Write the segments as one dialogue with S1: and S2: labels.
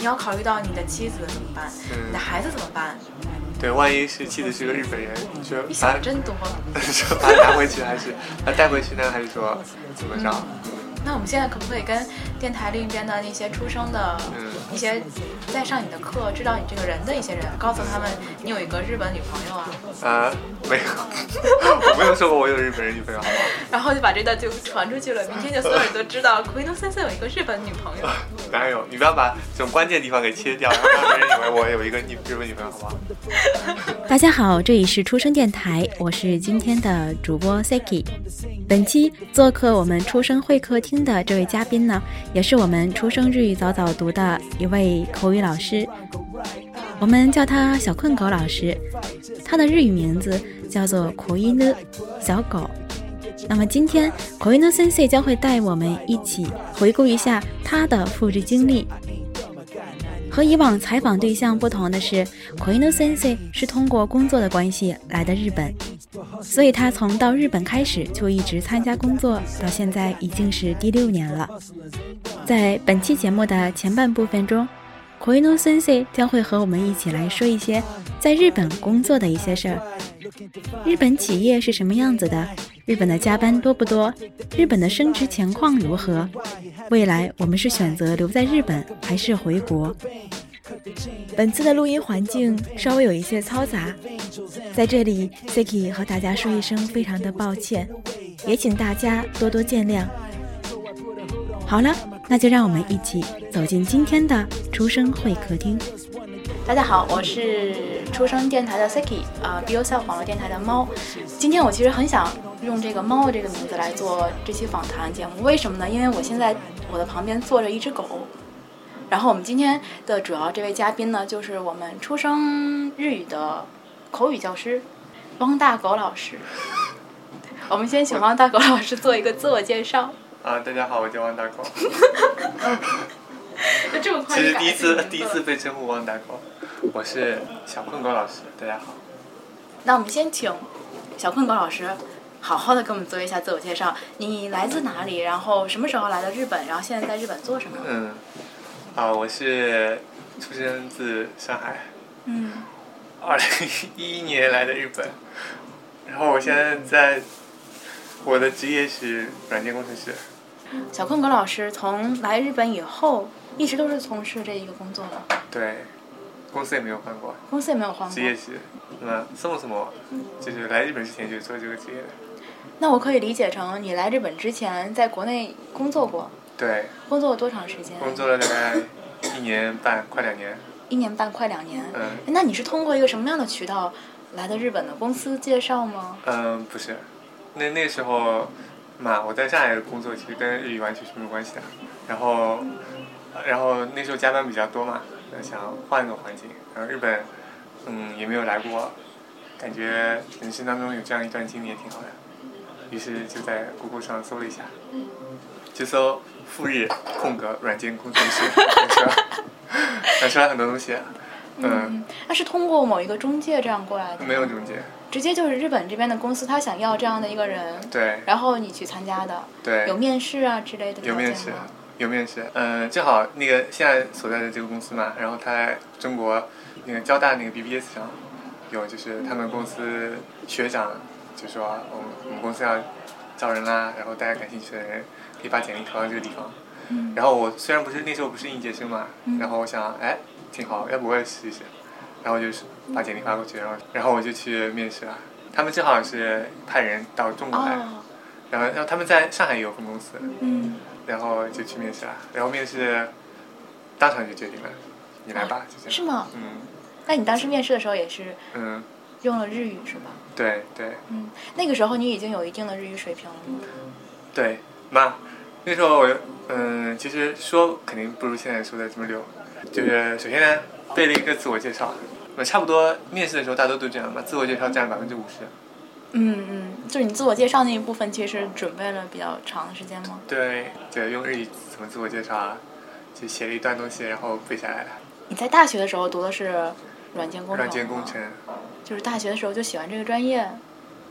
S1: 要考虑到你的妻子怎么办，你的
S2: 嗯，
S1: 孩子怎么办？
S2: 对，万一是妻子是个日本人，你说
S1: 你
S2: 把
S1: 想 真多。
S2: 说把他拿回去，还是把他带回去呢，还是说怎么着？
S1: 那我们现在可不可以跟电台另一边的那些出生的
S2: 嗯
S1: 一些在上你的课、知道你这个人的一些人，告诉他们你有一个日本女朋友啊，
S2: 啊，没有， 我没有说过我有日本人女朋友，好不好？
S1: 然后就把这段就传出去了，明天就所有人都知道奎诺先生有一个日本女朋友。
S2: 哪有？你不要把这种关键地方给切掉，然后让别人以为我有一个女日本女朋友，好不好？
S3: 大家好，这里是出生电台，我是今天的主播 Siki。本期做客我们出生会客厅的这位嘉宾呢，也是我们出生日语早早读的一位口语老师，我们叫他小困狗老师，他的日语名字叫做口一呢小狗。那么今天口一呢 sensei 将会带我们一起回顾一下他的复制经历。和以往采访对象不同的是，奎诺先生是通过工作的关系来的日本，所以他从到日本开始就一直参加工作，到现在已经是第六年了。在本期节目的前半部分中，奎诺先生将会和我们一起来说一些在日本工作的一些事儿。日本企业是什么样子的？日本的加班多不多？日本的升职情况如何？未来我们是选择留在日本还是回国？本次的录音环境稍微有一些嘈杂，在这里 Siki 和大家说一声非常的抱歉，也请大家多多见谅。好了，那就让我们一起走进今天的出生会客厅。
S1: 大家好，我是出生电台的 Siki，呃，B U s e l 网络电台的猫。今天我其实很想用这个“猫”这个名字来做这期访谈节目，为什么呢？因为我现在我的旁边坐着一只狗。然后我们今天的主要这位嘉宾呢，就是我们出生日语的口语教师汪大狗老师。 我们先请汪大狗老师做一个自我介绍。
S2: 啊，大家好，我叫汪大狗，
S1: 就这么快
S2: 其
S1: 就
S2: 实
S1: 改
S2: 第一
S1: 了
S2: 次
S1: 名字
S2: 第一次被称呼汪大狗，我是小困狗老师，大家好。
S1: 那我们先请小困狗老师好好的给我们做一下自我介绍。你来自哪里？然后什么时候来的日本？然后现在在日本做什么？
S2: 嗯，啊，我是出生自上海，
S1: 嗯，
S2: 二零一一年来的日本，然后我现在在，我的职业是软件工程师，
S1: 小困狗老师从来日本以后，一直都是从事这一个工作吗？
S2: 对，公司也没有换过，
S1: 公司也没有换
S2: 职业
S1: 过。
S2: 是，那そもそも就是来日本之前就是做这个职业的，
S1: 那我可以理解成你来日本之前在国内工作过，
S2: 对，
S1: 工作了多长时间？
S2: 工作了大概一年半，快两年，
S1: 一年半，快两年。
S2: 嗯
S1: 那你是通过一个什么样的渠道来的日本的？公司介绍吗？
S2: 嗯，不是，那那时候嘛，我在上海的工作其实跟日语完全是没有关系的，然后，然后那时候加班比较多嘛，那想换个环境，然后日本，嗯，也没有来过，感觉人生当中有这样一段经历也挺好的，于是就在 Google 上搜了一下，就搜赴日空格软件工程师， 想出来很多东西，啊嗯，
S1: 那是通过某一个中介这样过来的吗？
S2: 没有中介，
S1: 直接就是日本这边的公司，他想要这样的一个人，
S2: 对
S1: 然后你去参加的，
S2: 对，
S1: 有面试啊之类的条
S2: 有
S1: 件
S2: 面试
S1: 吗，
S2: 有面试。嗯、正好那个现在所在的这个公司嘛，然后它在中国那个交大那个 BBS 上有，就是他们公司学长就说我们我们公司要招人啦，然后大家感兴趣的人可以把简历投到这个地方。
S1: 嗯
S2: 然后我虽然不是那时候不是应届生嘛，然后我想哎挺好，要不我也试一试，然后就是把简历发过去，然后然后我就去面试了。他们正好是派人到中国来，
S1: 哦，
S2: 然后然后他们在上海也有分公司，
S1: 嗯，
S2: 然后就去面试了，然后面试当场就决定了，你来吧，就
S1: 啊
S2: 这
S1: 是
S2: 样。
S1: 吗？
S2: 嗯
S1: 那你当时面试的时候也是
S2: 嗯，
S1: 用了日语是吧？
S2: 对对
S1: 嗯，那个时候你已经有一定的日语水平了吗？
S2: 对，妈，那时候我嗯，其实说肯定不如现在说的这么溜，就是首先呢背了一个自我介绍，我差不多面试的时候大多都这样吧，自我介绍占百分之五十，
S1: 嗯嗯，就是你自我介绍那一部分，其实准备了比较长的时间吗？
S2: 对，对，用日语怎么自我介绍啊，就写了一段东西，然后背下来了，
S1: 你在大学的时候读的是软件工程，
S2: 软件工，程，
S1: 就是大学的时候就喜欢这个专业，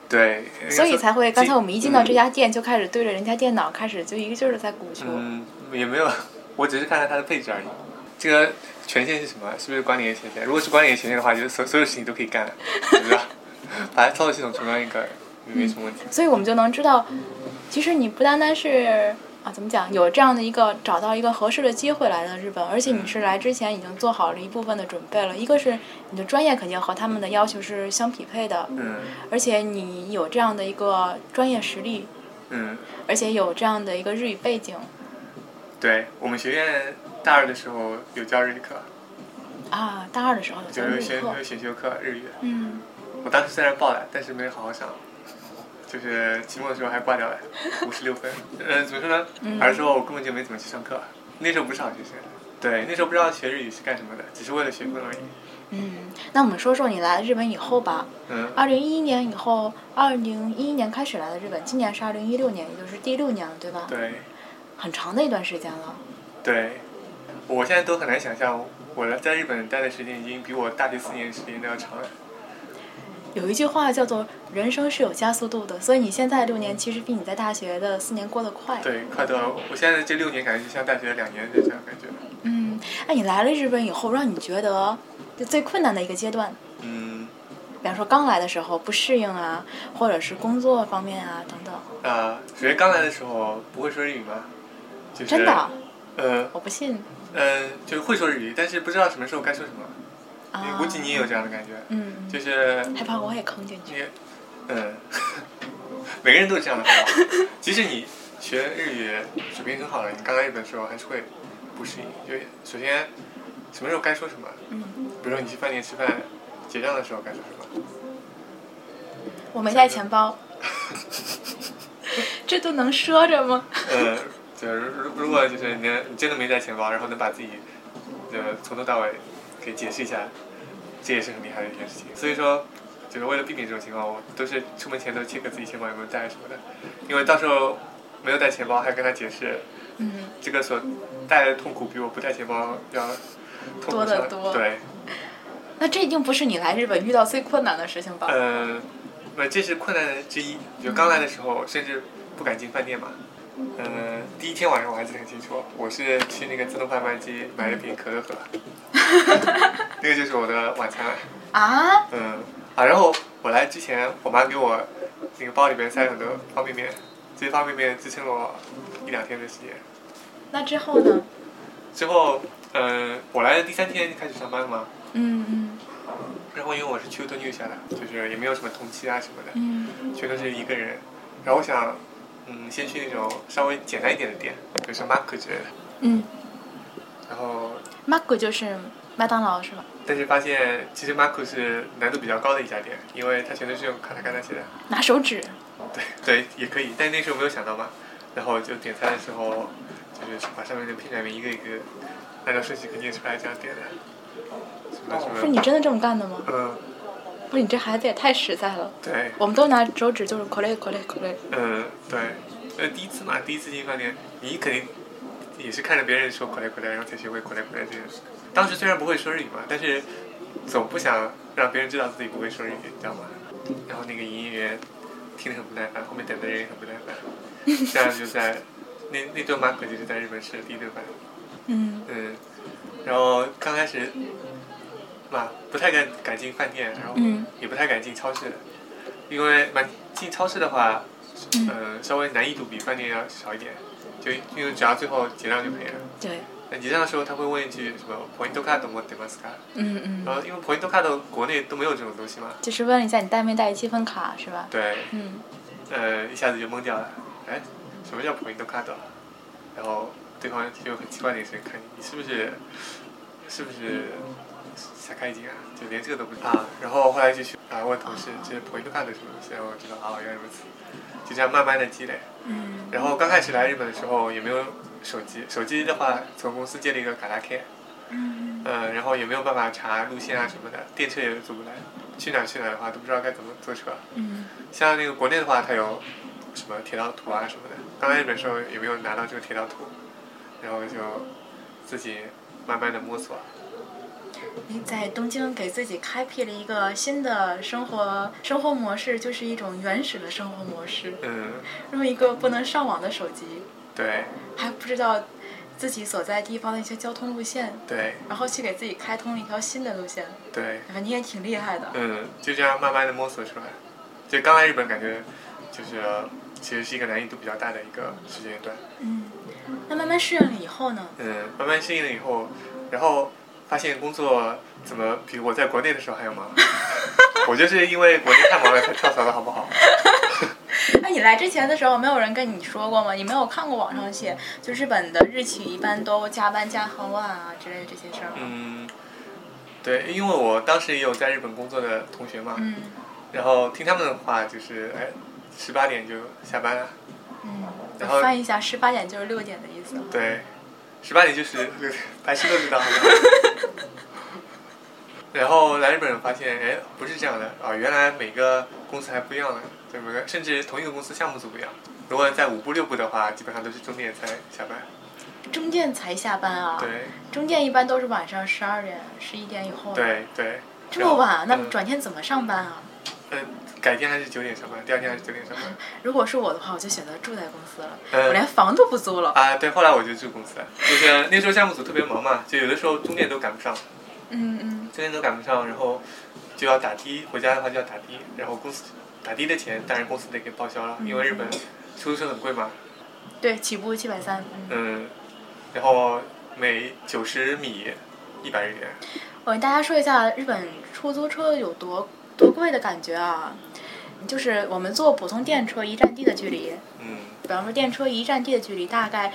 S2: 对，
S1: 所以才会刚才我们一进到这
S2: 家。嗯
S1: 家店就开始对
S2: 嗯
S1: 着人家电脑开始就一个劲儿的在鼓球。
S2: 嗯，也没有，我只是看看它的配置而已。这个权限是什么？是不是关联权限？如果是关联权限的话，就是所所有事情都可以干了，对不对？ 把它操作系统重装一个，没什么问题。
S1: 所以我们就能知道，其实你不单单是啊，怎么讲，有这样的一个找到一个合适的机会来的日本，而且你是来之前已经做好了一部分的准备了。一个是你的专业肯定和他们的要求是相匹配的，
S2: 嗯
S1: 而且你有这样的一个专业实力，
S2: 嗯，
S1: 而且有这样的一个日语背景
S2: 对我们学院大二的时候有教日语课，
S1: 啊。大二的时候有
S2: 就
S1: 教
S2: 是
S1: 日
S2: 选
S1: 语课，
S2: 有选修课日语。
S1: 嗯，
S2: 我当时虽然报了，但是没有好好上，就是期末的时候还挂掉了，五十六分。呃，怎么说呢？而之后我根本就没怎么去上课，那时候不是好学生。对，那时候不知道学日语是干什么的，只是为了学过而已。
S1: 嗯，那我们说说你来日本以后吧。
S2: 嗯，
S1: 二零一一年以后，二零一一年开始来的日本，今年是二零一六年，也就是第六年了，对吧？
S2: 对
S1: 很长的一段时间了。
S2: 对，我现在都很难想象，我来在日本待的时间已经比我大学四年时间都要长了。
S1: 有一句话叫做“人生是有加速度的”，所以你现在六年其实比你在大学的四年过得快。
S2: 对，快到我现在这六年感觉就像大学两年的这样感觉。
S1: 嗯，哎，你来了日本以后，让你觉得就最困难的一个阶段，
S2: 嗯，
S1: 比方说刚来的时候不适应啊，或者是工作方面啊等等。
S2: 啊、首先刚来的时候不会说日语吗？就是
S1: 真的，
S2: 呃，
S1: 我不信
S2: 嗯，就是会说日语，但是不知道什么时候该说什么。
S1: 啊。
S2: 估计你也有这样的感觉，
S1: 嗯，
S2: 就是
S1: 害怕我也坑进去。
S2: 你，嗯， 每个人都是这样的。好不好即使你学日语水平很好了，你刚来日本的时候还是会不适应。就首先什么时候该说什么，
S1: 嗯，
S2: 比如说你去饭店吃饭结账的时候该说什么，
S1: 我没带钱包，嗯这都能说着吗？
S2: 嗯，就是如如果就是你你真的没带钱包，然后能把自己呃从头到尾给解释一下，这也是很厉害的一件事情。所以说，就是为了避免这种情况，我都是出门前都 check 自己钱包有没有带什么的，因为到时候没有带钱包还跟他解释，
S1: 嗯，
S2: 这个所带来的痛苦比我不带钱包要痛苦
S1: 多得
S2: 上
S1: 多
S2: 对，
S1: 那这一定不是你来日本遇到最困难的事情吧？
S2: 呃，那这是困难之一。就刚来的时候，甚至不敢进饭店嘛。呃，第一天晚上我还记得很清楚，我是去那个自动贩卖机买了瓶可乐喝，那个就是我的晚餐。
S1: 啊，
S2: 嗯，啊，然后我来之前，我妈给我那个包里面塞了很多方便面，这些方便面支撑了我一两天的时间。
S1: 那之后呢？
S2: 之后，呃，我来的第三天就开始上班了嘛，
S1: 嗯嗯
S2: 然后因为我是去蹲留下的，就是也没有什么同期啊什么的，
S1: 嗯。
S2: 全都是一个人。然后我想，嗯，先去那种稍微简单一点的店，比如说 Mark 之类的。
S1: 嗯
S2: 然后，
S1: ，Mac 就是麦当劳是吧？
S2: 但是发现其实 Mark 是难度比较高的一家店，因为它全都是用卡塔卡纳写的。
S1: 拿手指，
S2: 对对，也可以，但那时候没有想到嘛。然后就点餐的时候，就是把上面的片假名一个一个按照顺序给念出来，这样点的。什么什
S1: 不哦是
S2: 么？
S1: 你真的这么干的吗？
S2: 嗯，
S1: 不是你这孩子也太实在了。
S2: 对，
S1: 我们都拿手指就是 c o l l e c o l l e c o l l e
S2: 嗯，对，呃，第一次嘛，第一次进饭店，你肯定也是看着别人说过来过来，然后才学会过来过来这件事。当时虽然不会说日语嘛，但是总不想让别人知道自己不会说日语，你知道吗？然后那个营业员听得很不耐烦，后面等的人也很不耐烦，这样就在那那顿马可就是在日本吃的第一顿饭，
S1: 嗯
S2: 嗯，然后刚开始嘛不太敢敢进饭店，然后
S1: 嗯
S2: 也不太敢进超市，因为嘛进超市的话。
S1: 嗯，
S2: 呃，稍微难易度比饭店要少一点，就因为只要最后结账就可以了。
S1: 对，
S2: 那结账的时候他会问一句什么 “point card 持ってますか
S1: 嗯”，
S2: 然
S1: 嗯，
S2: 后因为 point card 国内都没有这种东西嘛，
S1: 就是问一下你带没带积分卡是吧？
S2: 对，
S1: 嗯，
S2: 呃，一下子就懵掉了。哎，什么叫 point card？然后对方就用很奇怪的眼神看你，你是不是是不是瞎开眼啊？就连这个都不知道。啊、然后后来就去啊问同事这 point card 是什么东西，然后我知道啊原来如此，就这样慢慢的积累。
S1: 嗯，
S2: 然后刚开始来日本的时候也没有手机，手机的话从公司借了一个卡拉 K，
S1: 嗯，
S2: 嗯，然后也没有办法查路线啊什么的，电车也坐不来，去哪儿去哪儿的话都不知道该怎么坐车。
S1: 嗯，
S2: 像那个国内的话，它有什么铁道图啊什么的，刚来日本的时候也没有拿到这个铁道图，然后就自己慢慢的摸索。
S1: 你在东京给自己开辟了一个新的生活生活模式，就是一种原始的生活模式，
S2: 嗯，
S1: 用一个不能上网的手机，
S2: 对，
S1: 还不知道自己所在地方的一些交通路线，
S2: 对
S1: 然后去给自己开通了一条新的路线。
S2: 对，
S1: 感觉你也挺厉害的。
S2: 嗯，就这样慢慢的摸索出来。就刚来日本，感觉就是其实是一个难易度比较大的一个时间段。
S1: 嗯，那慢慢适应了以后呢？
S2: 嗯，慢慢适应了以后，然后发现工作怎么比我在国内的时候还要忙。 我就是因为国内太忙了才跳槽的好不好？
S1: 那你来之前的时候，没有人跟你说过吗？你没有看过网上写，就日本的日企一般都加班加很晚啊之类的这些事儿吗？
S2: 嗯，对，因为我当时也有在日本工作的同学嘛，
S1: 嗯
S2: 然后听他们的话就是，哎，十八点就下班了，
S1: 嗯，
S2: 然后
S1: 翻译一下，十八点就是六点的意思。
S2: 对，十八点就是 对，白痴都知道。然后来日本发现，哎，不是这样的啊、原来每个公司还不一样呢，对不对？甚至同一个公司项目组不一样。如果在五部六部的话，基本上都是中点才下班。
S1: 中间才下班啊？
S2: 对
S1: 中间一般都是晚上十二点、十一点以后。。啊
S2: 对对。
S1: 这么晚，那
S2: 然后
S1: 转天怎么上班啊？
S2: 嗯、呃改天还是九点上班，第二天还是九点上班。
S1: 如果是我的话，我就选择住在公司了，
S2: 嗯
S1: 我连房都不租了。
S2: 啊，对，后来我就住公司了，就是那时候项目组特别忙嘛，就有的时候中间都赶不上，
S1: 嗯嗯，
S2: 中间都赶不上，然后就要打的，回家的话就要打的，然后公司打的的钱当然公司得给报销了，
S1: 嗯
S2: 因为日本出租车很贵嘛，
S1: 对，起步七百三。嗯，
S2: 嗯，然后每九十米一百日元，
S1: 我呃跟大家说一下日本出租车有多多贵的感觉啊，就是我们坐普通电车一站地的距离，
S2: 嗯
S1: 比方说电车一站地的距离大概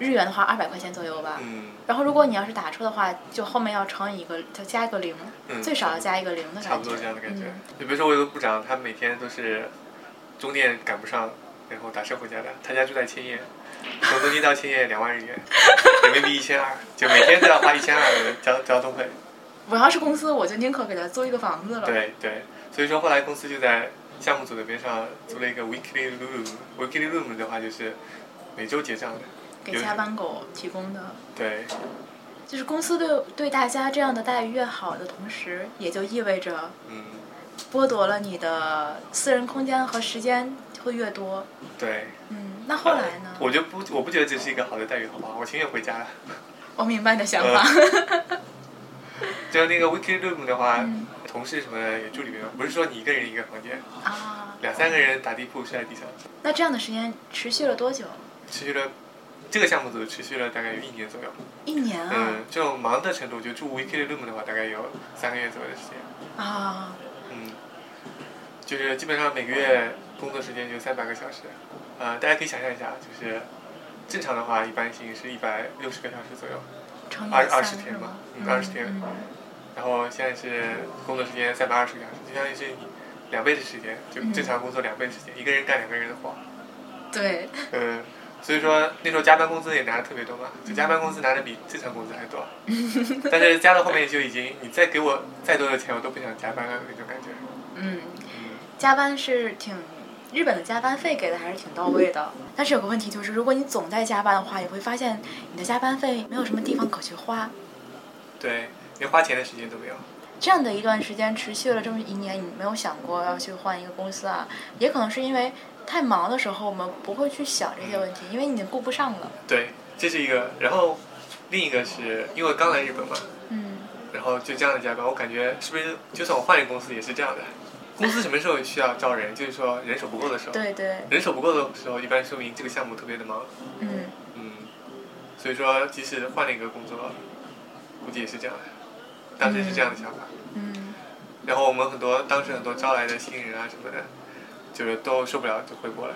S1: 日元的话二百块钱左右吧。
S2: 嗯
S1: 然后，如果你要是打车的话，就后面要乘以一个，就加一个零，
S2: 嗯，
S1: 最少要加一个零的感觉。
S2: 差不多这样的感觉
S1: 嗯。
S2: 就比如说我有个部长，他每天都是中电赶不上，然后打车回家的。他家住在千叶，从东京到千叶两万日元，人民币一千二，就每天都要花一千二的交交通费。
S1: 我要是公司，我就宁可给他租一个房子了。
S2: 对对，所以说后来公司就在项目组的边上租了一个 weekly room。weekly room 的话就是每周结账的。
S1: 给加班狗提供的，
S2: 对
S1: 就是公司对对大家这样的待遇越好的同时，也就意味着
S2: 嗯，
S1: 剥夺了你的私人空间和时间会越多。
S2: 对。
S1: 嗯，那后来呢？
S2: 我就不，我不觉得这是一个好的待遇，好不好？我情愿回家了。
S1: 我明白你的想法。
S2: 呃就那个 weekly room 的话，
S1: 嗯
S2: 同事什么的也住里面，不是说你一个人一个房间，
S1: 啊，
S2: 两三个人打地铺睡在地上，
S1: 那这样的时间持续了多久？
S2: 持续了这个项目组持续了大概有一年左右。
S1: 一年啊
S2: 嗯，这种忙的程度，就住 weekly room 的话，大概有三个月左右的时间。
S1: 啊！
S2: 嗯，就是基本上每个月工作时间就三百个小时，呃，大家可以想象一下，就是正常的话，一般性是一百六十个小时左右，
S1: 乘以
S2: 二
S1: 三
S2: 20天
S1: 是吗
S2: 吧？嗯
S1: 嗯
S2: 20天
S1: 嗯
S2: 然后现在是工作时间三百二十个小时，就相当于是你两倍的时间，就正常工作两倍的时间，一个人干两个人的活。
S1: 对，
S2: 嗯，所以说那时候加班工资也拿的特别多嘛，就加班工资拿的比正常工资还多，但是加到后面就已经，你再给我再多的钱，我都不想加班了那种感觉。
S1: 嗯，
S2: 嗯，
S1: 加班是挺日本的加班费给的还是挺到位的，但是有个问题就是，如果你总在加班的话，也会发现你的加班费没有什么地方可去花。
S2: 对，连花钱的时间都没有。
S1: 这样的一段时间持续了这么一年，你没有想过要去换一个公司啊？也可能是因为太忙的时候，我们不会去想这些问题，因为你已经顾不上了。
S2: 对，这是一个，然后另一个是因为刚来日本嘛，
S1: 嗯，
S2: 然后就这样的加班，我感觉是不是就算我换一个公司也是这样的？公司什么时候需要招人？就是说人手不够的时候。
S1: 对对，
S2: 人手不够的时候，一般说明这个项目特别的忙。
S1: 嗯，
S2: 嗯，所以说即使换了一个工作，估计也是这样的。当时是这样的想法。
S1: 嗯，
S2: 然后我们很多当时很多招来的新人啊什么的，就是都受不了就回国了。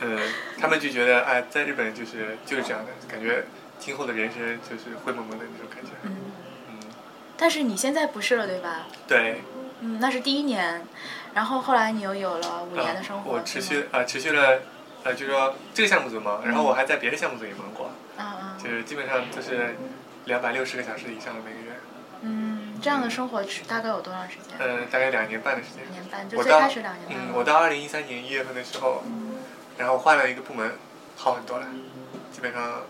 S2: 嗯，他们就觉得哎，在日本就是就是这样的感觉，今后的人生就是灰蒙蒙的那种感觉。
S1: 嗯，
S2: 嗯，
S1: 但是你现在不是了，对吧？
S2: 对。
S1: 嗯，那是第一年，然后后来你又有了五年的生活，
S2: 我持
S1: 是
S2: 续
S1: 吗
S2: 啊、呃持续了呃，就是说这个项目组忙，然后我还在别的项目组也忙过，
S1: 啊啊
S2: 就，是基本上就是两百六十个小时以上的每个月，
S1: 嗯，这样的生活持大概有多长时间？
S2: 嗯、大概两年半的时间
S1: 两。年半，就
S2: 我
S1: 最
S2: 到
S1: 开始两年半
S2: 嗯，
S1: 吗。
S2: 我到二零一三年一月份的时候，然后换了一个部门，好很多了，基本上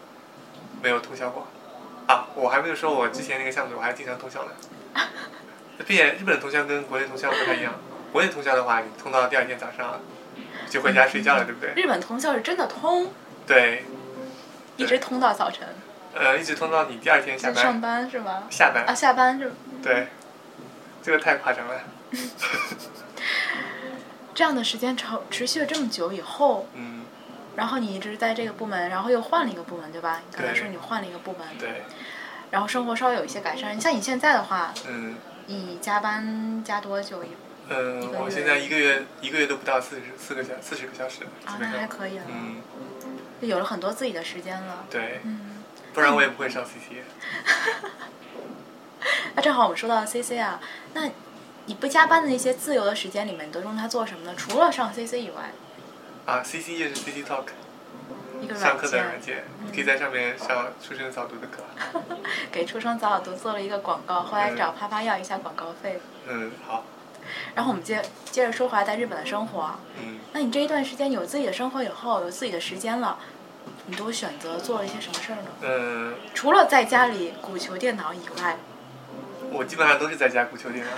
S2: 没有通宵过。啊，我还没有说我之前那个项目组我还经常通宵呢， 并且日本的通宵跟国内通宵不太一样，国内通宵的话，你通到第二天早上就
S1: 嗯
S2: 回家睡觉了，对不对？
S1: 日本通宵是真的通，
S2: 对，
S1: 一直通到早晨。
S2: 呃，一直通到你第二天下
S1: 在
S2: 班
S1: 上。班是吗？
S2: 下班
S1: 啊，下班是
S2: 对，这个太夸张了。
S1: 这样的时间持持续了这么久以后，
S2: 嗯，
S1: 然后你一直在这个部门，然后又换了一个部门，对吧？你刚才
S2: 对
S1: 说你换了一个部门，
S2: 对，
S1: 然后生活稍微有一些改善。像你现在的话，
S2: 嗯
S1: 你加班加多久一？
S2: 嗯、
S1: 一个
S2: 我
S1: 月
S2: 现在一个月一个月都不到四十四个小四十个小时，基
S1: 啊，那
S2: 本
S1: 还
S2: 上。
S1: 可以了，
S2: 嗯，
S1: 就有了很多自己的时间了。
S2: 对，
S1: 嗯，
S2: 不然我也不会上 CT。
S1: 那正好我们说到 CC 啊，那你不加班的那些自由的时间里面，你都用它做什么呢？除了上 CC 以外，
S2: 啊，CC 也是 CC Talk
S1: 一个
S2: 上
S1: 软
S2: 课的软
S1: 件
S2: 件，你可以在上面上初生早读的课。
S1: 嗯给出生早早读做了一个广告，后来
S2: 嗯
S1: 找啪啪要一下广告费。
S2: 嗯，好，
S1: 然后我们接接着说回来在日本的生活啊，
S2: 嗯。
S1: 那你这一段时间有自己的生活以后，有自己的时间了，你都选择做了一些什么事儿呢？
S2: 嗯，
S1: 除了在家里鼓球电脑以外，
S2: 我基本上都是在家鼓球 电脑。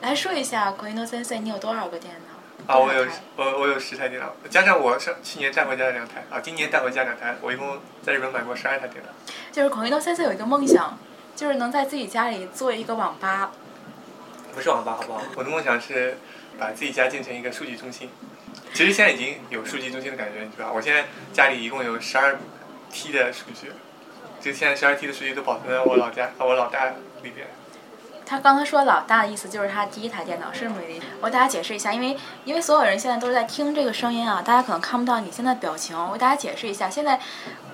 S1: 来说一下 q u i n o Sensei，你有多少个电脑？
S2: 啊，我
S1: 多
S2: 有
S1: 少台
S2: 我我有十台电脑，加上我上去年带回家的两台，啊，今年带回家两台，我一共在日本买过十二台电脑。
S1: 就是 q u i n o Sensei 有一个梦想，就是能在自己家里做一个网吧。
S2: 不是网吧，好不好？我的梦想是把自己家建成一个数据中心。其实现在已经有数据中心的感觉，你知道吧？我现在家里一共有十二 T 的数据，就现在十二 T 的数据都保存在我老家，啊我老大里边。
S1: 他刚才说老大的意思就是他第一台电脑是美林。我给大家解释一下，因为因为所有人现在都是在听这个声音啊，大家可能看不到你现在表情。我给大家解释一下，现在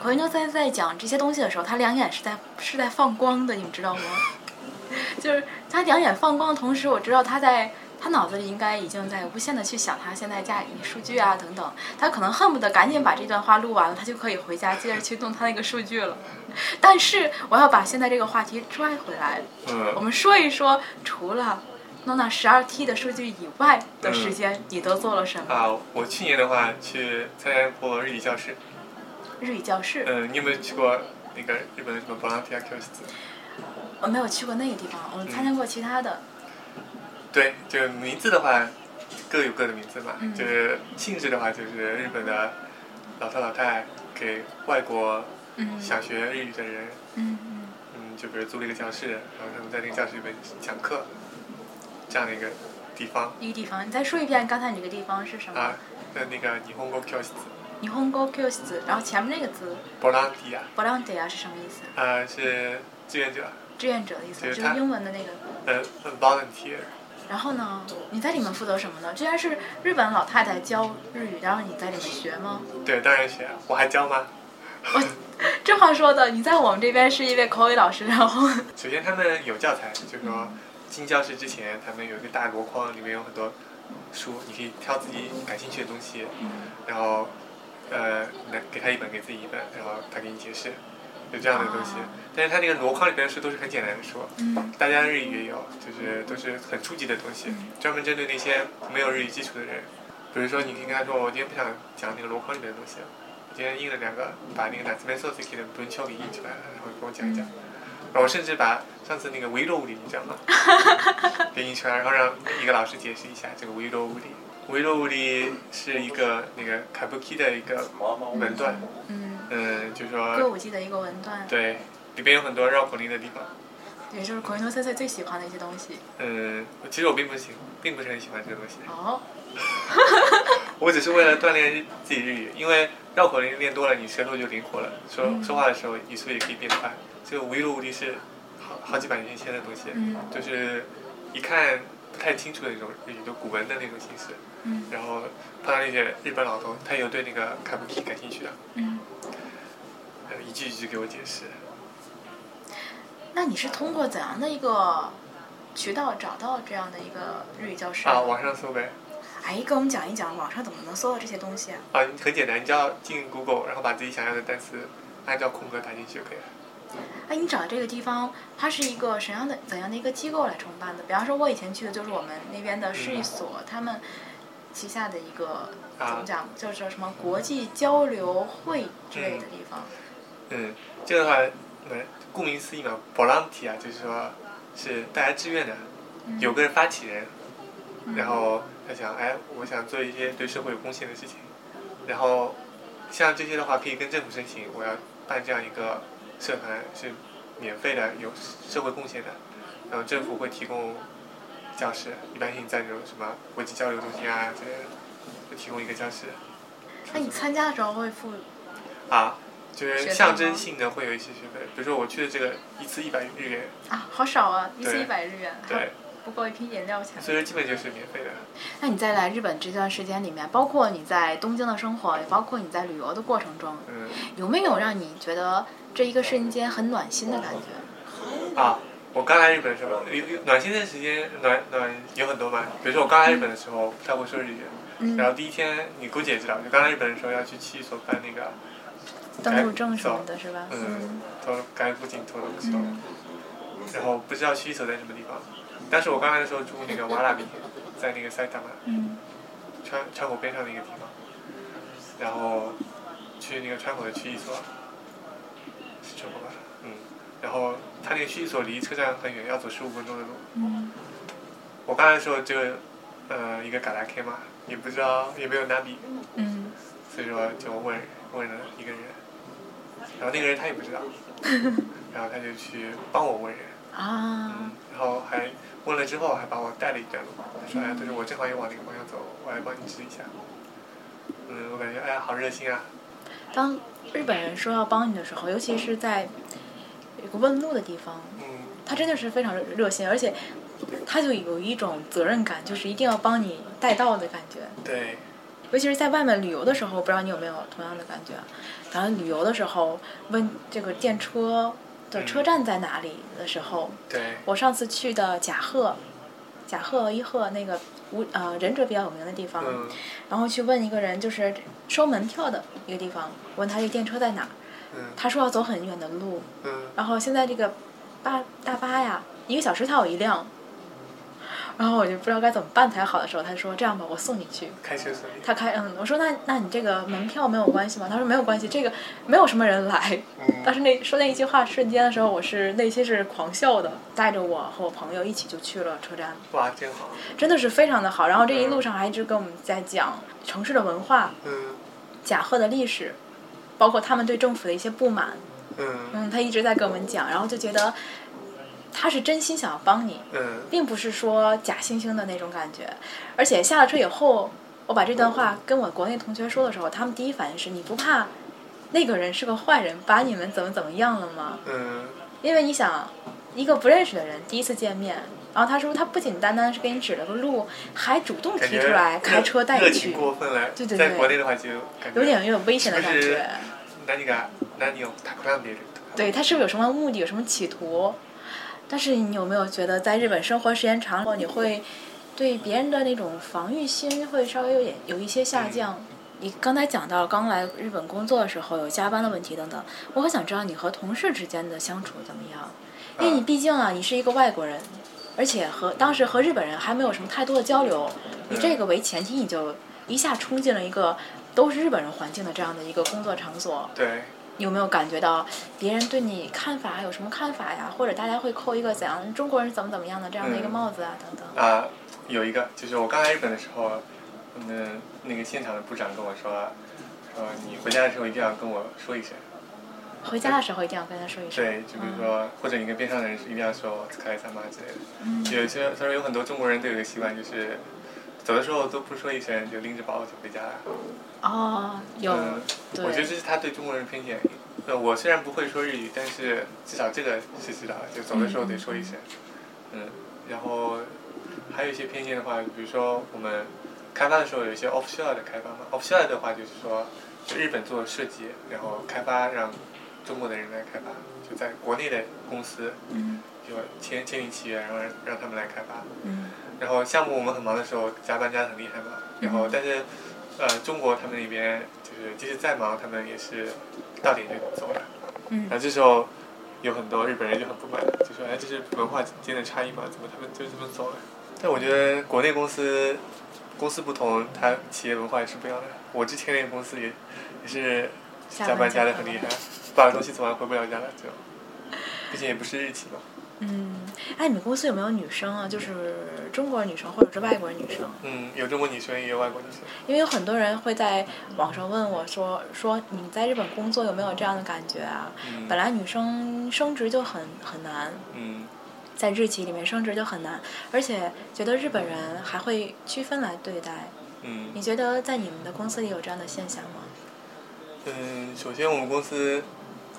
S1: 奎诺在在讲这些东西的时候，他两眼是在是在放光的，你们知道吗？ 就是他两眼放光的同时，我知道他在他脑子里应该已经在无限的去想他现在家里的数据啊等等，他可能恨不得赶紧把这段话录完了，他就可以回家接着去弄他那个数据了。但是我要把现在这个话题拽回来，我
S2: 嗯，
S1: 们说一说，除了弄到十二 T 的数据以外的
S2: 嗯
S1: 时间，你都做了什么？
S2: 啊，我去年的话去参加过日语教室。
S1: 日语教室，
S2: 嗯，你有没有去过那个日本的什么 volunteer kiosk？
S1: 我没有去过那个地方，我参加过其他的。嗯
S2: 对，就是名字的话，各有各的名字嘛。
S1: 嗯
S2: 就是性质的话，就是日本的老头老太给外国
S1: 嗯
S2: 想学日语的人，
S1: 嗯嗯，
S2: 嗯，就比如租了一个教室，然后他们在那个教室里面讲课，这样的一个地方
S1: 一个地方，你再说一遍刚才你这个地方是什么？
S2: 啊。那那个霓虹国教室，
S1: 你 h o n g o k y o s 然后前面那个字
S2: b o l a n t i a
S1: volunteer 是什么意思？
S2: 啊是志愿者，
S1: 志愿者的意思，
S2: 就
S1: 就是是
S2: 他
S1: 英文的那个。
S2: 呃呃 volunteer，
S1: 然后呢，你在里面负责什么呢？居然是日本老太太教日语，然后你在里面学吗？
S2: 对，当然学，我还教吗？
S1: 我这话说的，你在我们这边是一位口语老师，然后
S2: 首先他们有教材，就是说进教室之前，他们有一个大箩筐，里面有很多书，你可以挑自己感兴趣的东西，
S1: 嗯
S2: 然后呃，那给他一本，给自己一本，然后他给你解释，有这样的东西
S1: 啊。
S2: 但是他那个箩筐里边的书都是很简单的书，
S1: 嗯
S2: 大家日语也有，就是都是很初级的东西，专门针对那些没有日语基础的人。比如说，你可以跟他说，哦我今天不想讲那个箩筐里面的东西了，我今天印了两个，把那个 n a t s u m e s o s i k i 的文秋给印出来了，然后跟我讲一讲。然后我甚至把上次那个围楼物理你讲了，给印出来，然后让一个老师解释一下这个围楼物理。围楼物理是一个那个卡布基的一个文段，
S1: 嗯。
S2: 嗯，就是
S1: 歌
S2: 说
S1: 舞伎的一个文段，
S2: 对，里边有很多绕口令的地方。
S1: 也就是孔云诺先生最喜欢的一些东西。
S2: 嗯，其实我并不喜，并不是很喜欢这个东西。
S1: 哦，
S2: 我只是为了锻炼日自己日语，因为绕口令练多了，你舌头就灵活了，说
S1: 嗯
S2: 说话的时候语速也可以变快。这个无一路无敌是好好几百年前的东西，
S1: 嗯
S2: 就是一看不太清楚的那种日语，就古文的那种形式。
S1: 嗯
S2: 然后碰到那些日本老头，他有对那个卡布奇感兴趣的，
S1: 嗯，
S2: 呃一句一句给我解释。
S1: 那你是通过怎样的一个渠道找到这样的一个日语教室？
S2: 啊，网上搜呗。
S1: 哎，给我们讲一讲网上怎么能搜到这些东西啊？
S2: 啊，你很简单，你只要进 Google，然后把自己想要的单词按照空格打进去就可以了。
S1: 哎，你找的这个地方，它是一个什么样的怎样的一个机构来承办的？比方说，我以前去的就是我们那边的市一所，他们旗下的一个怎
S2: 嗯啊
S1: 么讲，就是叫什么国际交流会之类的地方。
S2: 嗯，这个的话，呃，顾名思义嘛，volunteer 就是说是大家志愿的，
S1: 嗯
S2: 有个人发起人，
S1: 嗯
S2: 然后他想，哎，我想做一些对社会有贡献的事情，然后像这些的话，可以跟政府申请，我要办这样一个社团是免费的，有社会贡献的。然后政府会提供教室，一般性在那种什么国际交流中心啊之类的，会提供一个教室。
S1: 那你参加的时候会付
S2: 啊，就是象征性的会有一些学费，比如说我去的这个一次一百日元，
S1: 啊，好少啊，一次
S2: 对
S1: 一百日元， 还
S2: 对，
S1: 不够一瓶饮料钱。
S2: 所以说基本就是免费的。
S1: 那你在来日本这段时间里面，包括你在东京的生活，也包括你在旅游的过程中，
S2: 嗯
S1: 有没有让你觉得这一个瞬间很暖心的感觉？
S2: 啊，我刚来日本的时候，有有暖心的时间暖暖有很多嘛，比如说我刚来日本的时候不太会说日语，
S1: 嗯
S2: 然，后第一天你估计也知道，就刚来日本的时候要去区役所办那个
S1: 登录证什么的是吧？
S2: 嗯，都该附近都能吃
S1: 嗯
S2: 到。然后不知道区役所在什么地方，当时我刚来的时候住那个瓦拉比，在那个埼玉
S1: 嗯
S2: 川川口边上的一个地方，然后去那个川口的区役所，是川口吧？嗯，然后他那个区役所离车站很远，要走十五分钟的路。
S1: 嗯，
S2: 我刚来的时候就，呃，一个嘎拉 K 嘛，也不知道也没有拿笔，
S1: 嗯，
S2: 所以说就问问了一个人，然后那个人他也不知道，然后他就去帮我问人，
S1: 啊
S2: 嗯，，然后还问了之后还把我带了一段路，他说哎，对我正好也往那个方向走，我来帮你指一下。嗯，我感觉哎呀好热心啊，
S1: 当日本人说要帮你的时候，尤其是在有个问路的地方，
S2: 嗯，
S1: 他真的是非常热热心，而且他就有一种责任感，就是一定要帮你带到的感觉。
S2: 对，
S1: 尤其是在外面旅游的时候，不知道你有没有同样的感觉？啊然后旅游的时候问这个电车的车站在哪里的时候，
S2: 对，
S1: 我上次去的甲贺，甲贺伊贺那个无呃忍者比较有名的地方，
S2: 嗯，
S1: 然后去问一个人就是收门票的一个地方，问他这电车在哪儿，
S2: 嗯，
S1: 他说要走很远的路，
S2: 嗯，
S1: 然后现在这个巴大巴呀，一个小时才有一辆。然后我就不知道该怎么办才好的时候，他说：“这样吧，我送你去。”
S2: 开车所以，
S1: 他开嗯，我说那那你这个门票没有关系吗？他说没有关系，这个没有什么人来。当
S2: 嗯，
S1: 时那说那一句话瞬间的时候，我是内心是狂笑的，带着我和我朋友一起就去了车站，
S2: 哇，真好，
S1: 真的是非常的好。然后这一路上还一直跟我们在讲城市的文化、
S2: 嗯，
S1: 甲贺的历史，包括他们对政府的一些不满，
S2: 嗯，
S1: 嗯，他一直在跟我们讲，然后就觉得他是真心想要帮你，
S2: 嗯，
S1: 并不是说假惺惺的那种感觉。而且下了车以后，我把这段话跟我国内同学说的时候，他们第一反应是：你不怕那个人是个坏人，把你们怎么怎么样了吗？
S2: 嗯，
S1: 因为你想，一个不认识的人第一次见面，然后他说他不仅单单是给你指了个路，还主动
S2: 感
S1: 提
S2: 觉
S1: 出来开车带
S2: 热
S1: 你
S2: 情
S1: 去，
S2: 过分了，
S1: 对对
S2: 在
S1: 对
S2: 国内的话就感觉
S1: 有点有点危险的感
S2: 是不是
S1: 觉。
S2: 何が何を企んでいるとか
S1: 对他是不是有什么目的，有什么企图？但是你有没有觉得在日本生活时间长了，你会对别人的那种防御心会稍微有点有一些下降？你刚才讲到刚来日本工作的时候有加班的问题等等，我很想知道你和同事之间的相处怎么样，因为
S2: 嗯
S1: 你毕竟啊，你是一个外国人，而且和当时和日本人还没有什么太多的交流，以这个为前提，你就一下冲进了一个都是日本人环境的这样的一个工作场所，
S2: 对，
S1: 你有没有感觉到别人对你看法有什么看法呀？或者大家会扣一个怎样中国人怎么怎么样的这样的一个
S2: 嗯
S1: 帽子啊，等等。
S2: 啊，有一个就是我刚来日本的时候，嗯，那个现场的部长跟我说，说你回家的时候一定要跟我说一声，
S1: 回家的时候一定要跟他说一声。嗯
S2: 对，就比如说或者你跟边上的人是一定要说“斯卡莱萨妈”之类的。
S1: 嗯，
S2: 有些他说有很多中国人都有一个习惯，就是走的时候都不说一声，就拎着包就回家了。
S1: 哦，有，
S2: 嗯，我觉得
S1: 对，
S2: 这是他对中国人偏见。呃，我虽然不会说日语，但是至少这个是知道的，就走的时候得说一声。嗯，然后还有一些偏见的话，比如说我们开发的时候有一些 offshore 的开发嘛，offshore 的话就是说，就日本做设计，然后开发让中国的人来开发，就在国内的公司
S1: 嗯
S2: 就签签订契约，然后让让他们来开发。
S1: 嗯
S2: 然后项目我们很忙的时候加班加的很厉害嘛，然
S1: 嗯
S2: 后但是呃中国他们那边就是即使再忙，他们也是到点就走了。
S1: 嗯
S2: 然后这时候有很多日本人就很不满，就说哎这是文化间的差异嘛，怎么他们就这么走了？但我觉得国内公司公司不同，它企业文化也是不一样的。我之前那个公司也也是加班加的很厉害，把东西做完回不了家了就，毕竟也不是日企嘛。
S1: 嗯，哎，你们公司有没有女生啊？就是中国女生或者是外国女生？
S2: 嗯，有中国女生，也有外国女生。
S1: 因为有很多人会在网上问我说说你在日本工作有没有这样的感觉啊？
S2: 嗯
S1: 本来女生升职就很很难，
S2: 嗯
S1: 在日企里面升职就很难，而且觉得日本人还会区分来对待。
S2: 嗯
S1: 你觉得在你们的公司里有这样的现象吗？
S2: 嗯，首先我们公司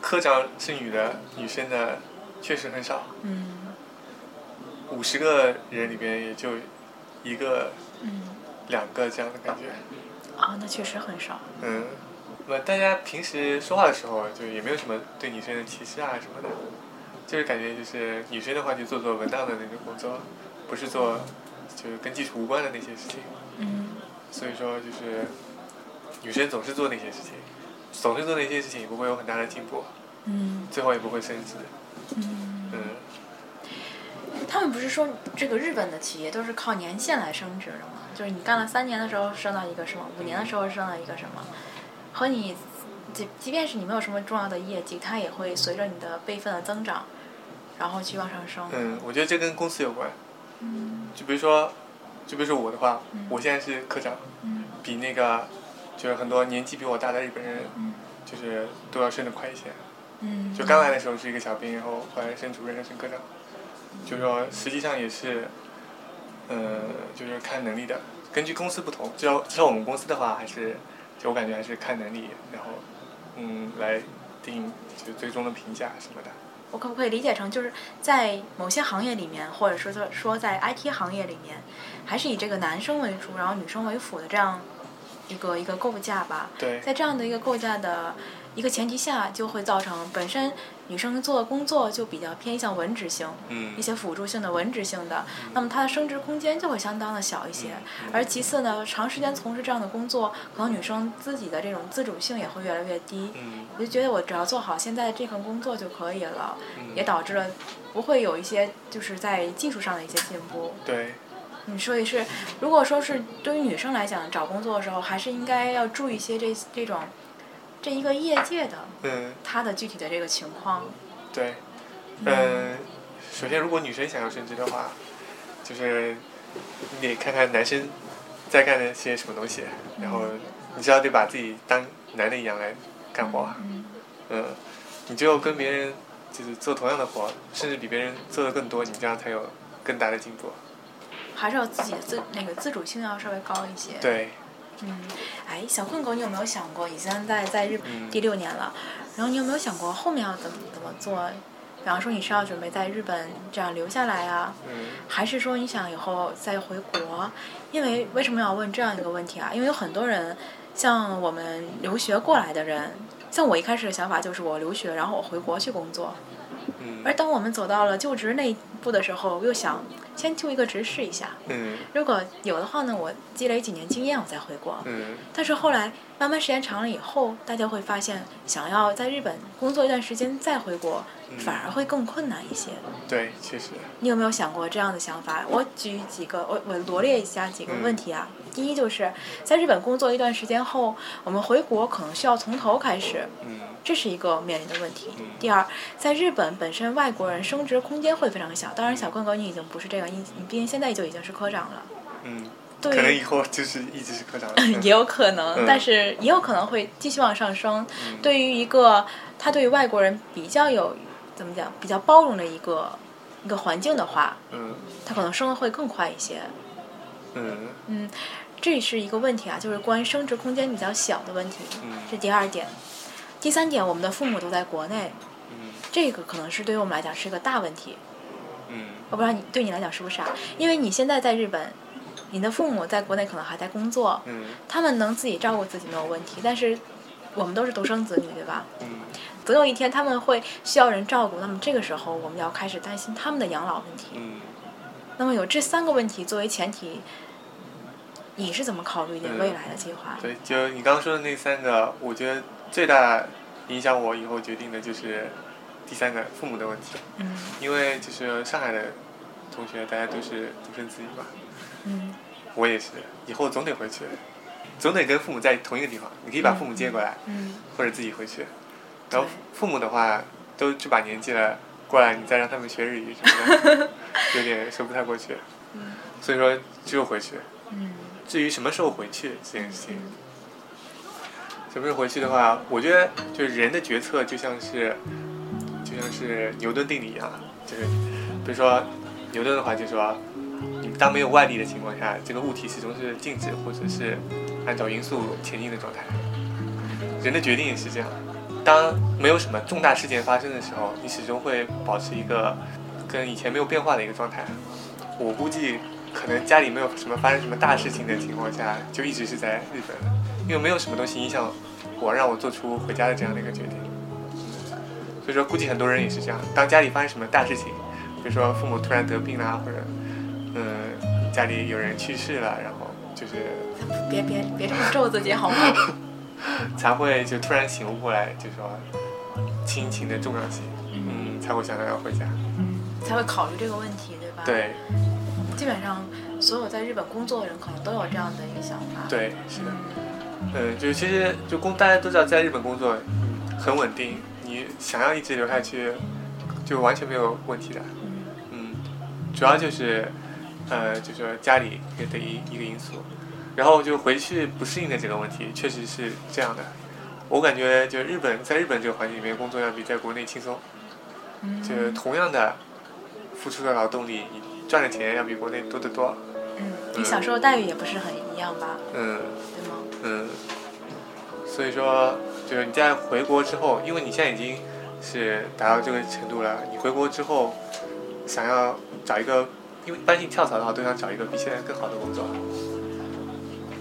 S2: 科长是女的，女生的确实很少，
S1: 嗯
S2: 五十个人里边也就一个
S1: 嗯，
S2: 两个这样的感觉。
S1: 啊，那确实很少。
S2: 嗯，那大家平时说话的时候，就也没有什么对女生的歧视啊什么的，就是感觉就是女生的话就做做文档的那种工作，不是做就是跟技术无关的那些事情。
S1: 嗯
S2: 所以说就是女生总是做那些事情，总是做那些事情，也不会有很大的进步，
S1: 嗯
S2: 最后也不会升职。
S1: 嗯，
S2: 嗯，
S1: 他们不是说这个日本的企业都是靠年限来升职的吗？就是你干了三年的时候升到一个什么，五年的时候升到一个什么，和你即即便是你没有什么重要的业绩，它也会随着你的辈分的增长，然后去往上升。
S2: 嗯，我觉得这跟公司有关。
S1: 嗯
S2: 就比如说，就比如说我的话，
S1: 嗯
S2: 我现在是科长，
S1: 嗯
S2: 比那个就是很多年纪比我大的日本人，
S1: 嗯
S2: 就是都要升得快一些。
S1: 嗯，
S2: 就刚来的时候是一个小兵，然后后来升主任，升科长，就说实际上也是，呃，就是看能力的，根据公司不同，就像我们公司的话，还是就我感觉还是看能力，然后嗯来定就最终的评价什么的。
S1: 我可不可以理解成就是在某些行业里面，或者说说说在 IT 行业里面，还是以这个男生为主，然后女生为辅的这样一个一个构架吧？
S2: 对，
S1: 在这样的一个构架的一个前提下，就会造成本身女生做的工作就比较偏向文职性，
S2: 嗯
S1: 一，些辅助性的文职性的，那么她的升职空间就会相当的小一些。
S2: 嗯
S1: 而其次呢，长时间从事这样的工作，可能女生自己的这种自主性也会越来越低。
S2: 嗯
S1: 我就觉得我只要做好现在这份工作就可以了，
S2: 嗯
S1: 也导致了不会有一些就是在技术上的一些进步。
S2: 对，
S1: 嗯，所以是如果说是对于女生来讲，找工作的时候还是应该要注意一些这这种这一个业界的
S2: 嗯
S1: 它的具体的这个情况。
S2: 对，
S1: 嗯
S2: 嗯，首先如果女生想要升职的话，就是你得看看男生在干的些什么东西，然后
S1: 嗯
S2: 你知道得把自己当男的一样来干活，
S1: 嗯
S2: 嗯，你只有跟别人就是做同样的活，甚至比别人做的更多，你这样才有更大的进步。
S1: 还是要自己的自那个自主性要稍微高一些。
S2: 对，
S1: 嗯，哎，小困狗，你有没有想过，你现在在日
S2: 嗯
S1: 本第六年了，然后你有没有想过后面要怎么怎么做？比方说你是要准备在日本这样留下来啊，
S2: 嗯
S1: 还是说你想以后再回国？因为为什么要问这样一个问题啊？因为有很多人，像我们留学过来的人，像我一开始的想法就是我留学，然后我回国去工作。而
S2: 嗯
S1: 当我们走到了就职那一步的时候，又想先就一个职试一下，
S2: 嗯
S1: 如果有的话呢，我积累几年经验我再回国。
S2: 嗯
S1: 但是后来慢慢时间长了以后，大家会发现，想要在日本工作一段时间再回国，
S2: 嗯
S1: 反而会更困难一些。
S2: 对，确实，
S1: 你有没有想过这样的想法？我举几个，我我罗列一下几个问题啊。
S2: 嗯
S1: 第一就是在日本工作一段时间后，我们回国可能需要从头开始，
S2: 嗯
S1: 这是一个面临的问题
S2: 嗯。
S1: 第二，在日本本身外国人升职空间会非常小。当然，小冠哥你已经不是这个，你你毕竟现在就已经是科长了。
S2: 嗯，
S1: 对
S2: 可能以后就是一直是科长了。
S1: 也有可能，
S2: 嗯
S1: 但是也有可能会继续往上升。
S2: 嗯
S1: 对于一个他对于外国人比较有怎么讲，比较包容的一个一个环境的话，
S2: 嗯
S1: 他可能升的会更快一些。
S2: 嗯
S1: 嗯，这是一个问题啊，就是关于升值空间比较小的问题，
S2: 嗯
S1: 这是第二点。第三点，我们的父母都在国内，
S2: 嗯
S1: 这个可能是对于我们来讲是一个大问题。
S2: 嗯，
S1: 我不知道你对你来讲是不是啊？因为你现在在日本，你的父母在国内可能还在工作，
S2: 嗯
S1: 他们能自己照顾自己没有问题，但是我们都是独生子女，对吧？
S2: 嗯
S1: 总有一天他们会需要人照顾，那么这个时候我们要开始担心他们的养老问题。
S2: 嗯。
S1: 那么有这三个问题作为前提，你是怎么考虑你
S2: 嗯
S1: 未来的计划？
S2: 对，就你刚刚说的那三个，我觉得最大影响我以后决定的就是第三个父母的问题，
S1: 嗯
S2: 因为就是上海的同学大家都是独生子女嘛，
S1: 嗯
S2: 我也是，以后总得回去，总得跟父母在同一个地方，你可以把父母接过来，
S1: 嗯
S2: 或者自己回去，然
S1: 对
S2: 后父母的话都这把年纪了，过来，你再让他们学日语什么 的，有点说不太过去。所以说就回去。
S1: 嗯
S2: 至于什么时候回去这件事情，什么时候回去的话，我觉得就是人的决策就像是，就像是牛顿定理一样，就是比如说牛顿的话就说，你当没有外力的情况下，这个物体始终是静止或者是按照匀速前进的状态。人的决定也是这样，当没有什么重大事件发生的时候，你始终会保持一个跟以前没有变化的一个状态。我估计可能家里没有什么发生什么大事情的情况下，就一直是在日本，因为没有什么东西影响我，让我做出回家的这样的一个决定。所以说，估计很多人也是这样。当家里发生什么大事情，比如说父母突然得病啦，或者嗯家里有人去世了，然后就是
S1: 别别别这么咒自己好吗？
S2: 才会就突然醒悟过来，就说亲情的重要性，嗯，才会想到要回家。
S1: 才会考虑这个问题，对吧？，
S2: 对
S1: 基本上所有在日本工作的人可能都有这样的一个想法。，
S2: 对，是的。
S1: 嗯，
S2: 嗯，就其实就工，大家都知道，在日本工作嗯很稳定，你想要一直留下去，就完全没有问题的。嗯，主要就是，呃，就是说家里也的一一个因素，然后就回去不适应的这个问题，确实是这样的。我感觉就日本，在日本这个环境里面工作要比在国内轻松，
S1: 嗯
S2: 就是同样的付出的劳动力，你赚的钱要比国内多得多。
S1: 嗯，你享受的待遇也不是很一样吧？
S2: 嗯。
S1: 对吗？
S2: 嗯，所以说，就是你在回国之后，因为你现在已经是达到这个程度了，你回国之后想要找一个，因为一般性跳槽的话都想找一个比现在更好的工作，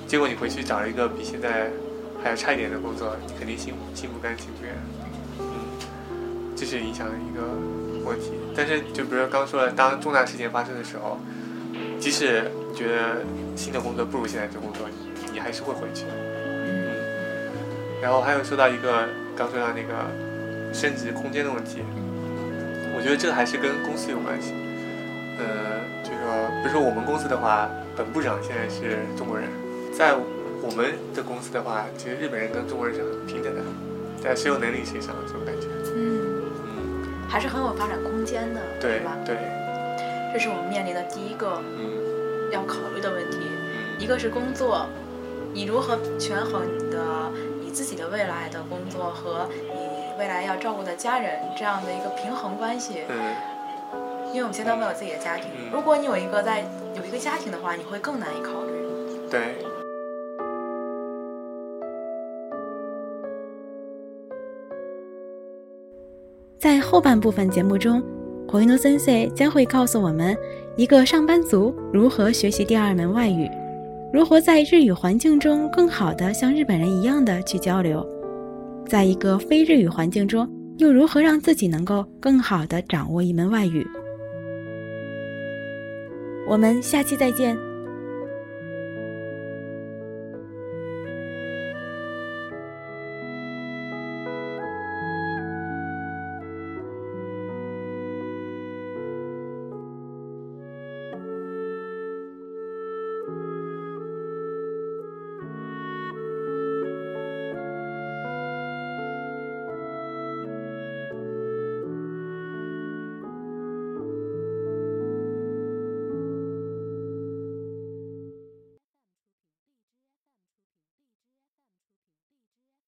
S2: 结果你回去找了一个比现在还要差一点的工作，你肯定心心不甘情不愿，嗯，这是影响的一个问题。但是就比如刚说的，当重大事件发生的时候，即使你觉得新的工作不如现在这工作，你还是会回去。嗯，然后还有说到一个刚说到那个升值空间的问题，我觉得这个还是跟公司有关系。呃，就说比如说我们公司的话，本部长现在是中国人，在我们的公司的话，其实日本人跟中国人是很平等的，在谁有能力谁上这种感觉。
S1: 嗯，
S2: 嗯，
S1: 还是很有发展空间的，
S2: 对
S1: 吧？
S2: 对，
S1: 这是我们面临的第一个
S2: 嗯
S1: 要考虑的问题，
S2: 嗯
S1: 一个是工作，你如何权衡你的你自己的未来的工作和你未来要照顾的家人这样的一个平衡关系？
S2: 嗯，
S1: 因为我们现在都没有自己的家庭
S2: 嗯，
S1: 如果你有一个在有一个家庭的话，你会更难以考虑。
S2: 对。
S3: 在后半部分节目中，火云诺森 C 将会告诉我们，一个上班族如何学习第二门外语，如何在日语环境中更好的像日本人一样的去交流，在一个非日语环境中又如何让自己能够更好的掌握一门外语。我们下期再见。